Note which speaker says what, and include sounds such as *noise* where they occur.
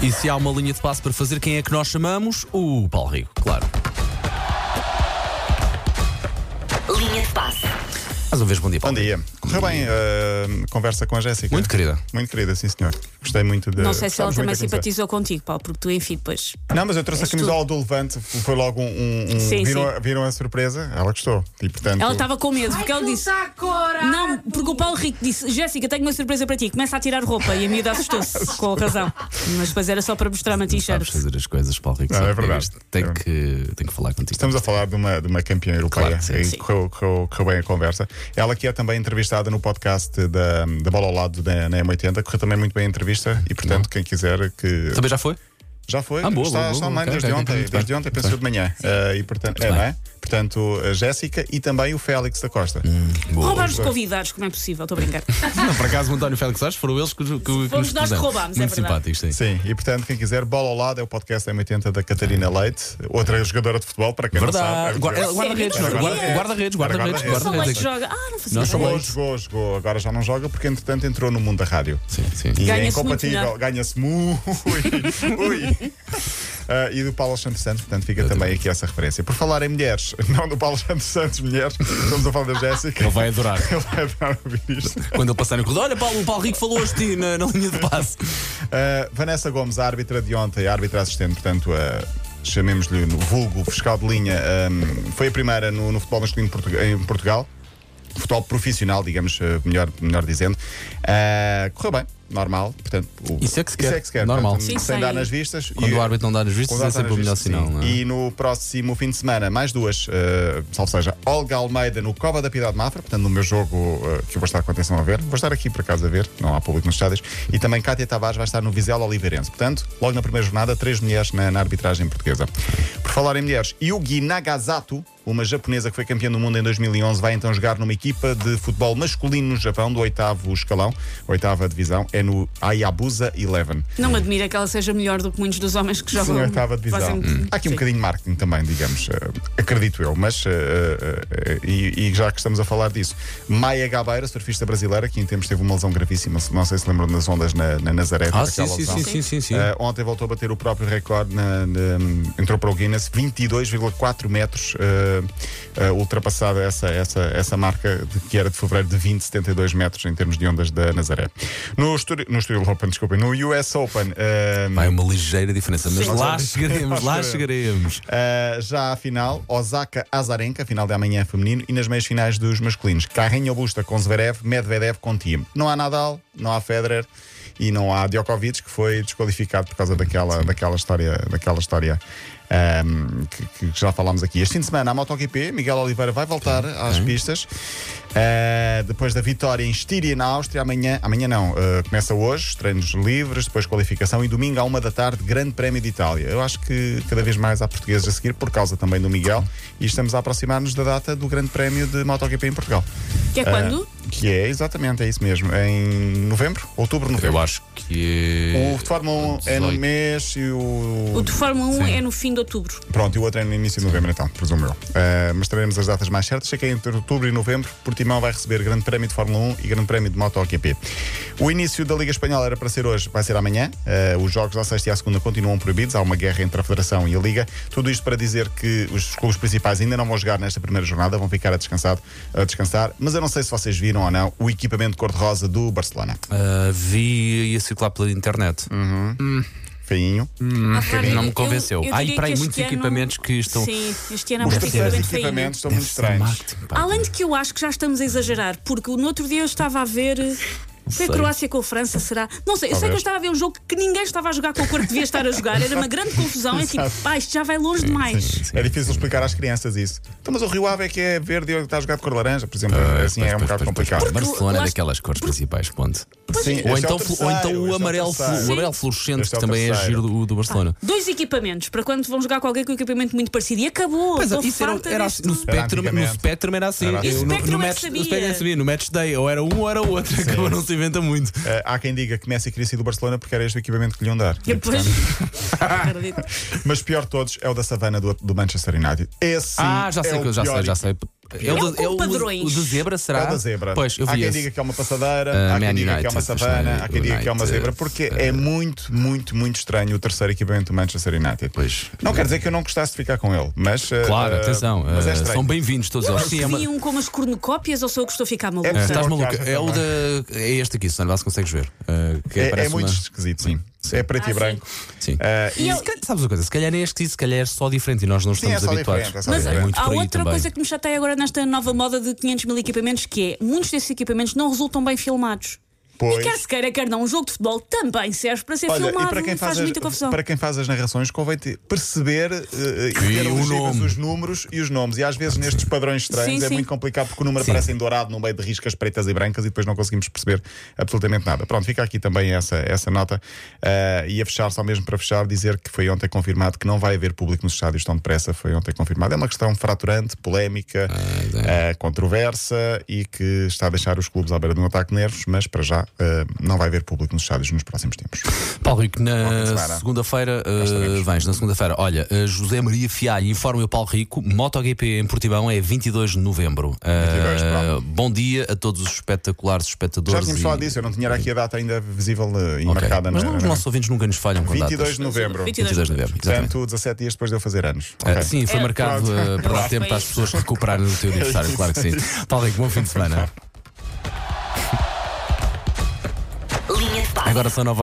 Speaker 1: E se há uma linha de passo para fazer, quem é que nós chamamos? O Paulo Rico, claro.
Speaker 2: Linha de passe.
Speaker 1: Mais uma vez, bom dia,
Speaker 3: Bom
Speaker 1: Paulo.
Speaker 3: dia. Correu bem a conversa com a Jéssica?
Speaker 1: Muito querida.
Speaker 3: Muito querida, sim senhor. Gostei muito de.
Speaker 1: Eh,
Speaker 4: Não sei se ela
Speaker 3: gostávamos muito
Speaker 4: também
Speaker 3: da conversa.
Speaker 4: simpatizou contigo, Paulo, porque tu, enfim, depois.
Speaker 3: Não, mas eu trouxe a
Speaker 4: És tu.
Speaker 3: camisola do Levante, foi logo um. um- um-
Speaker 4: Sim,
Speaker 3: viram,
Speaker 4: sim.
Speaker 3: A, viram a surpresa? Ela gostou. E portanto.
Speaker 4: Ela estava com medo, porque ela disse. Não, porque o Paulo Rico disse: Jéssica, tenho uma surpresa para ti. Começa a tirar roupa e a miúda
Speaker 1: *laughs*
Speaker 4: assustou-se, com razão. Mas depois era só para mostrar uma
Speaker 1: Sabes
Speaker 4: t-shirt.
Speaker 1: fazer as coisas, Paulo Rico.
Speaker 3: Não,
Speaker 1: sabe
Speaker 3: é verdade.
Speaker 1: isto. Tenho
Speaker 3: É.
Speaker 1: que, tenho que falar contigo.
Speaker 3: Estamos a falar de uma, de uma campeã europeia
Speaker 1: Claro, sim,
Speaker 3: e
Speaker 1: sim.
Speaker 3: Correu, correu- correu bem a conversa. Ela que é também entrevistada no podcast da, da Bola ao Lado da, na M80, correu também muito bem a entrevista e, portanto, quem quiser que.
Speaker 1: Também já foi?
Speaker 3: Já foi?
Speaker 1: Ah, boa,
Speaker 3: está,
Speaker 1: boa,
Speaker 3: está
Speaker 1: boa, ok,
Speaker 3: online desde
Speaker 1: ok,
Speaker 3: ontem,
Speaker 1: muito bem.
Speaker 3: desde ontem
Speaker 1: Muito
Speaker 3: pensou de manhã. Eh, e portanto, é,
Speaker 1: bem.
Speaker 3: não é? Portanto, a Jéssica e também o Félix da Costa.
Speaker 1: Hum.
Speaker 4: Roubar os convidados, como é possível? Estou a brincar.
Speaker 1: Não, por acaso, o António Félix Soares foram eles que, que, que nos
Speaker 4: nós que
Speaker 1: puseram.
Speaker 4: roubámos, é
Speaker 1: Muito
Speaker 4: verdade.
Speaker 1: simpáticos, sim.
Speaker 3: Sim, e portanto, quem quiser, bola ao lado é o podcast M80 da Catarina Leite, outra jogadora de futebol, para quem
Speaker 1: Verdade.
Speaker 3: não sabe.
Speaker 1: Guarda-
Speaker 3: é jogadora.
Speaker 4: guarda-redes,
Speaker 3: Era
Speaker 4: não é?
Speaker 1: Guarda- Guarda-redes,
Speaker 3: Era
Speaker 1: guarda-redes,
Speaker 3: guarda-redes.
Speaker 4: Só o leite
Speaker 1: guarda-redes.
Speaker 4: joga. Ah, não fazia
Speaker 1: Nós
Speaker 4: ideia.
Speaker 3: Jogou,
Speaker 1: Leite.
Speaker 3: jogou, jogou. Agora já não joga porque, entretanto, entrou no mundo da rádio.
Speaker 1: Sim, sim.
Speaker 3: E é
Speaker 4: Ganha-se
Speaker 3: incompatível,
Speaker 4: muito,
Speaker 3: ganha-se muito. *laughs* Ui. Ah, e do Paulo Santos Santos, portanto, fica também aqui essa referência. Por falar em mulheres, *laughs* não do Paulo Santos Santos, mulheres, estamos a falar da Jéssica.
Speaker 1: Ele vai adorar.
Speaker 3: *laughs* Ele vai um adorar
Speaker 1: *laughs*
Speaker 3: ouvir isto.
Speaker 1: Quando ele passar no corredor, olha, Paulo, o Paulo Rico falou hoje de ti na, na linha de passe.
Speaker 3: Uh, Vanessa Gomes, a árbitra de ontem, a árbitra assistente, portanto, uh, chamemos-lhe no vulgo fiscal de linha, um, foi a primeira no, no futebol masculino portu- em Portugal. Futebol profissional, digamos, uh, melhor, melhor dizendo. Uh, correu bem, normal. Portanto, o-
Speaker 1: Isso é que se quer, normal.
Speaker 3: portanto,
Speaker 4: Sim,
Speaker 3: sem
Speaker 4: sem-
Speaker 3: dar nas vistas.
Speaker 1: Quando
Speaker 3: E-
Speaker 1: o árbitro não dá nos vistos,
Speaker 3: quando
Speaker 1: é
Speaker 3: dá
Speaker 1: sempre
Speaker 3: nas
Speaker 1: o melhor
Speaker 3: vistas,
Speaker 1: sinal,
Speaker 3: sim.
Speaker 1: não é?
Speaker 3: E no próximo fim de semana, mais duas, uh, salvo seja, Olga Almeida no Cova da Piedade Mafra, portanto, no meu jogo uh, que eu vou estar com atenção a ver, vou estar aqui por acaso a ver, não há público nos estádios, e também Cátia Tavares vai estar no Vizela Oliveirense. Portanto, logo na primeira jornada, três mulheres na, na arbitragem portuguesa. Por falar em mulheres, Yugi Nagasato, uma japonesa que foi campeã do mundo em 2011, vai então jogar numa equipa de futebol masculino no Japão, do oitavo escalão, oitava divisão, é no Hayabusa Eleven.
Speaker 4: Não admira que ela seja melhor do que muitos dos homens que
Speaker 3: Sim,
Speaker 4: jogam.
Speaker 3: oitava divisão.
Speaker 4: fazem-
Speaker 1: Hum.
Speaker 3: Há aqui um
Speaker 4: Sim.
Speaker 3: bocadinho de marketing também, digamos, eh, acredito eu, mas eh, eh, eh, e, e já que estamos a falar disso, Maia Gabeira, surfista brasileira, que em tempos teve uma lesão gravíssima, se- não sei se lembram das ondas na, na Nazaré.
Speaker 1: Ah, sim,
Speaker 3: daquela
Speaker 1: sim,
Speaker 3: lesão.
Speaker 1: sim, sim, sim, sim.
Speaker 3: Eh, ontem voltou a bater o próprio recorde, na- na- entrou para o Guinness, 22,4 metros, eh, eh, ultrapassada essa, essa, essa marca de- que era de fevereiro de 20, 72 metros em termos de ondas da Nazaré. No Estoril no Estoril Open, desculpem, no US Open. eh,
Speaker 1: Vai uma ligeira diferença, mas
Speaker 4: Sim.
Speaker 1: lá chegaremos, lá chegaremos.
Speaker 3: Uh, já à final, Osaka Azarenka, final de amanhã feminino, e nas meias finais dos masculinos. Carrinho Busta com Zverev, Medvedev com Tim. Não há Nadal, não há Federer e não há Djokovic, que foi desqualificado por causa daquela, daquela história, daquela história um, que, que já falámos aqui. Este fim de semana, a MotoGP, Miguel Oliveira vai voltar às pistas. Uh, depois da vitória em Estíria, na Áustria, amanhã, amanhã não, uh, começa hoje, treinos livres, depois qualificação e domingo à uma da tarde, Grande Prémio de Itália. Eu acho que cada vez mais há portugueses a seguir, por causa também do Miguel, e estamos a aproximar-nos da data do Grande Prémio de MotoGP em Portugal.
Speaker 4: Que
Speaker 1: Ah,
Speaker 4: é quando?
Speaker 3: Uh, que é exatamente, é isso mesmo, em novembro, outubro,
Speaker 1: Eu
Speaker 3: novembro.
Speaker 1: acho que é.
Speaker 3: O de Fórmula 1 é no
Speaker 1: 18.
Speaker 3: mês e o.
Speaker 4: O de Fórmula 1
Speaker 1: Sim.
Speaker 4: é no fim de outubro.
Speaker 3: Pronto, e o outro é no início de novembro, então, presumo eu. Uh, mas traremos as datas mais certas. Sei que é entre outubro e novembro, Portimão vai receber Grande Prémio de Fórmula 1 e Grande Prémio de MotoGP. O início da Liga Espanhola era para ser hoje, vai ser amanhã. Uh, os jogos à sexta e à segunda continuam proibidos. Há uma guerra entre a Federação e a Liga. Tudo isto para dizer que os clubes principais ainda não vão jogar nesta primeira jornada, vão ficar a, descansado, a descansar. Mas eu não sei se vocês viram ou não o equipamento cor-de-rosa do Barcelona.
Speaker 1: Ah, vi ia circular pela internet.
Speaker 3: Feinho.
Speaker 1: Hum, não me convenceu. Há aí para aí muitos equipamentos que estão.
Speaker 4: Sim, este ano há
Speaker 3: Os
Speaker 4: muito
Speaker 3: terceiros
Speaker 4: equipamento feinho.
Speaker 3: equipamentos estão
Speaker 1: é Deve
Speaker 3: muito
Speaker 1: ser
Speaker 3: estranhos.
Speaker 1: marketing, pá.
Speaker 4: Além de que eu acho que já estamos a exagerar, porque no outro dia eu estava a ver. eh, Foi a
Speaker 1: sei.
Speaker 4: Croácia com a França, será? Não sei, eu sei que eu
Speaker 3: Talvez.
Speaker 4: estava a ver um jogo que ninguém estava a jogar com o cor que devia estar a jogar. Era uma grande confusão. É tipo, pá, isto já vai longe demais.
Speaker 3: É difícil explicar às crianças isso. Então, mas o Rio Ave é que é verde e está a jogar de cor laranja, por exemplo.
Speaker 1: Pois,
Speaker 3: assim
Speaker 1: Ah, pois,
Speaker 3: é um
Speaker 1: pois,
Speaker 3: bocado
Speaker 1: pois,
Speaker 3: complicado.
Speaker 1: pois. Barcelona é
Speaker 4: Porque-
Speaker 1: daquelas cores principais, ponto.
Speaker 3: Sim, este é
Speaker 1: Ou
Speaker 3: o
Speaker 1: então, flu-
Speaker 3: terceiro,
Speaker 1: ou então
Speaker 3: este
Speaker 1: o
Speaker 3: é
Speaker 1: amarelo, flu-
Speaker 3: terceiro.
Speaker 1: o amarelo fluorescente,
Speaker 3: Este é
Speaker 1: que
Speaker 3: o
Speaker 1: também é giro
Speaker 3: terceiro.
Speaker 1: do, do Barcelona.
Speaker 4: Dois equipamentos para quando vão jogar com alguém com um equipamento muito parecido. E acabou.
Speaker 1: Pois é,
Speaker 4: Estou
Speaker 1: isso era,
Speaker 4: farta
Speaker 1: era assim,
Speaker 4: deste-
Speaker 1: no, Spectrum, no
Speaker 3: antigamente.
Speaker 1: Spectrum era assim.
Speaker 3: Era assim.
Speaker 1: Eu-
Speaker 3: E o
Speaker 1: no,
Speaker 4: Spectrum
Speaker 1: no,
Speaker 4: é que
Speaker 1: match,
Speaker 4: sabia.
Speaker 1: no Spectrum é que sabia. No match day, ou era um ou era outro. *laughs* Acabou, não se inventa muito.
Speaker 3: Eh, há quem diga que Messi queria sair do Barcelona porque era este o equipamento que lhe iam dar.
Speaker 4: E depois. Acredito.
Speaker 3: Mas pior de todos é o da savana do, do Manchester United. Esse sim
Speaker 1: ah, já sei
Speaker 3: é o
Speaker 1: que eu já sei,
Speaker 3: pior
Speaker 1: já sei. É o, de,
Speaker 4: É
Speaker 1: é
Speaker 4: um
Speaker 1: o,
Speaker 4: com padrões.
Speaker 1: o de zebra, será?
Speaker 3: É o da zebra.
Speaker 1: Pois, eu
Speaker 3: há
Speaker 1: vi
Speaker 3: quem
Speaker 1: esse.
Speaker 3: diga que é uma passadeira,
Speaker 1: Ah,
Speaker 3: há quem
Speaker 1: Man
Speaker 3: diga que é
Speaker 1: United,
Speaker 3: uma savana, há quem diga que é
Speaker 1: United,
Speaker 3: uma
Speaker 1: Ah.
Speaker 3: zebra, porque é muito, muito, muito estranho o terceiro equipamento do Manchester United.
Speaker 1: Pois.
Speaker 3: Não quer dizer que eu não gostasse de ficar com ele, mas.
Speaker 1: Claro,
Speaker 3: ah,
Speaker 1: atenção.
Speaker 3: Mas é
Speaker 1: ah,
Speaker 3: estranho.
Speaker 1: são bem-vindos todos eles. Sim, é uma-
Speaker 4: Vi um com umas cornucópias ou sou eu que estou a ficar maluco?
Speaker 3: É
Speaker 1: Ah,
Speaker 3: Sim, é
Speaker 1: estás
Speaker 3: uma
Speaker 1: maluco?
Speaker 3: caixa
Speaker 1: É o
Speaker 3: também.
Speaker 1: da. É este aqui, se não se consegues ver. Ah, que
Speaker 3: É- É,
Speaker 1: parece
Speaker 3: muito
Speaker 1: uma-
Speaker 3: esquisito, sim. É preto
Speaker 4: Ah,
Speaker 3: e
Speaker 4: sim.
Speaker 3: branco.
Speaker 1: Sim.
Speaker 3: Ah,
Speaker 1: E se calhar- sabes uma coisa? Se calhar é este, se calhar é só diferente e nós não
Speaker 3: Sim, é
Speaker 1: estamos
Speaker 3: só
Speaker 1: habituados.
Speaker 3: diferente, é só
Speaker 4: Mas
Speaker 3: diferente.
Speaker 1: é muito
Speaker 4: há
Speaker 1: por aí
Speaker 4: outra
Speaker 1: também.
Speaker 4: coisa que me chateia agora nesta nova moda de 500 mil equipamentos que é muitos desses equipamentos não resultam bem filmados. E
Speaker 3: Pois.
Speaker 4: quer se queira, quer não, um jogo de futebol também serve para ser
Speaker 3: Olha,
Speaker 4: é filmado.
Speaker 3: e para quem, faz
Speaker 4: faz muita
Speaker 3: as,
Speaker 4: confusão.
Speaker 3: para quem faz as narrações, convém te perceber eh, eh, e
Speaker 1: Que
Speaker 3: ter
Speaker 1: o
Speaker 3: legíveis
Speaker 1: nome.
Speaker 3: os números e os nomes. E às vezes nestes padrões estranhos
Speaker 4: Sim,
Speaker 3: é
Speaker 4: sim.
Speaker 3: muito complicado porque o número
Speaker 1: Sim.
Speaker 3: aparece em dourado no meio de riscas pretas e brancas e depois não conseguimos perceber absolutamente nada. Pronto, fica aqui também essa, essa nota. Ah, e a fechar, só mesmo para fechar, dizer que foi ontem confirmado que não vai haver público nos estádios tão depressa. Foi ontem confirmado. É uma questão fraturante, polémica,
Speaker 1: então é.
Speaker 3: ah, controversa e que está a deixar os clubes à beira de um ataque de nervos, mas para já ah, não vai haver público nos estádios nos próximos tempos.
Speaker 1: Paulo Rico,
Speaker 3: Bom fim de
Speaker 1: na
Speaker 3: semana.
Speaker 1: segunda-feira eh,
Speaker 3: estaremos.
Speaker 1: vens, na segunda-feira. Olha, eh, José Maria Fialho informa o Paulo Rico, MotoGP em Portimão é 22 de novembro. Eh,
Speaker 3: 22, pronto.
Speaker 1: bom dia a todos os espetaculares espectadores.
Speaker 3: Já tínhamos
Speaker 1: e-
Speaker 3: falado disso, eu não tinha aqui a data ainda visível eh, e
Speaker 1: Ok,
Speaker 3: marcada
Speaker 1: Mas
Speaker 3: na-
Speaker 1: não, os
Speaker 3: na-
Speaker 1: nossos ouvintes nunca nos falham com
Speaker 3: 22
Speaker 1: datas.
Speaker 3: de novembro.
Speaker 4: 22
Speaker 1: 22 de novembro, exatamente.
Speaker 3: Portanto, 17 dias depois de eu fazer anos.
Speaker 1: Eh,
Speaker 3: Ok.
Speaker 1: Sim, foi
Speaker 4: É,
Speaker 1: marcado
Speaker 3: pronto.
Speaker 1: eh, para dar
Speaker 4: Claro.
Speaker 1: tempo para as pessoas recuperarem o teu aniversário,
Speaker 3: isso.
Speaker 1: claro que sim. Paulo Rico, bom fim de semana.
Speaker 2: Linha de passe.
Speaker 1: Agora são 9